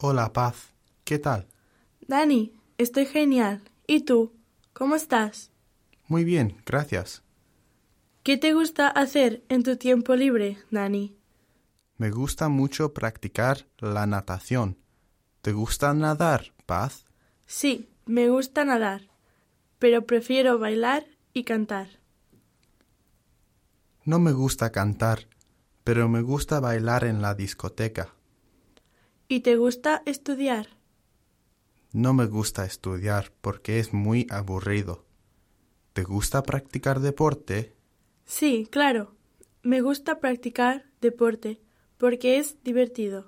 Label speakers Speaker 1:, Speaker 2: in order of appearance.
Speaker 1: Hola, Paz. ¿Qué tal?
Speaker 2: Dani, estoy genial. ¿Y tú? ¿Cómo estás?
Speaker 1: Muy bien, gracias.
Speaker 2: ¿Qué te gusta hacer en tu tiempo libre, Dani?
Speaker 1: Me gusta mucho practicar la natación. ¿Te gusta nadar, Paz?
Speaker 2: Sí, me gusta nadar, pero prefiero bailar y cantar.
Speaker 1: No me gusta cantar, pero me gusta bailar en la discoteca.
Speaker 2: ¿Y te gusta estudiar?
Speaker 1: No me gusta estudiar porque es muy aburrido. ¿Te gusta practicar deporte?
Speaker 2: Sí, claro. Me gusta practicar deporte porque es divertido.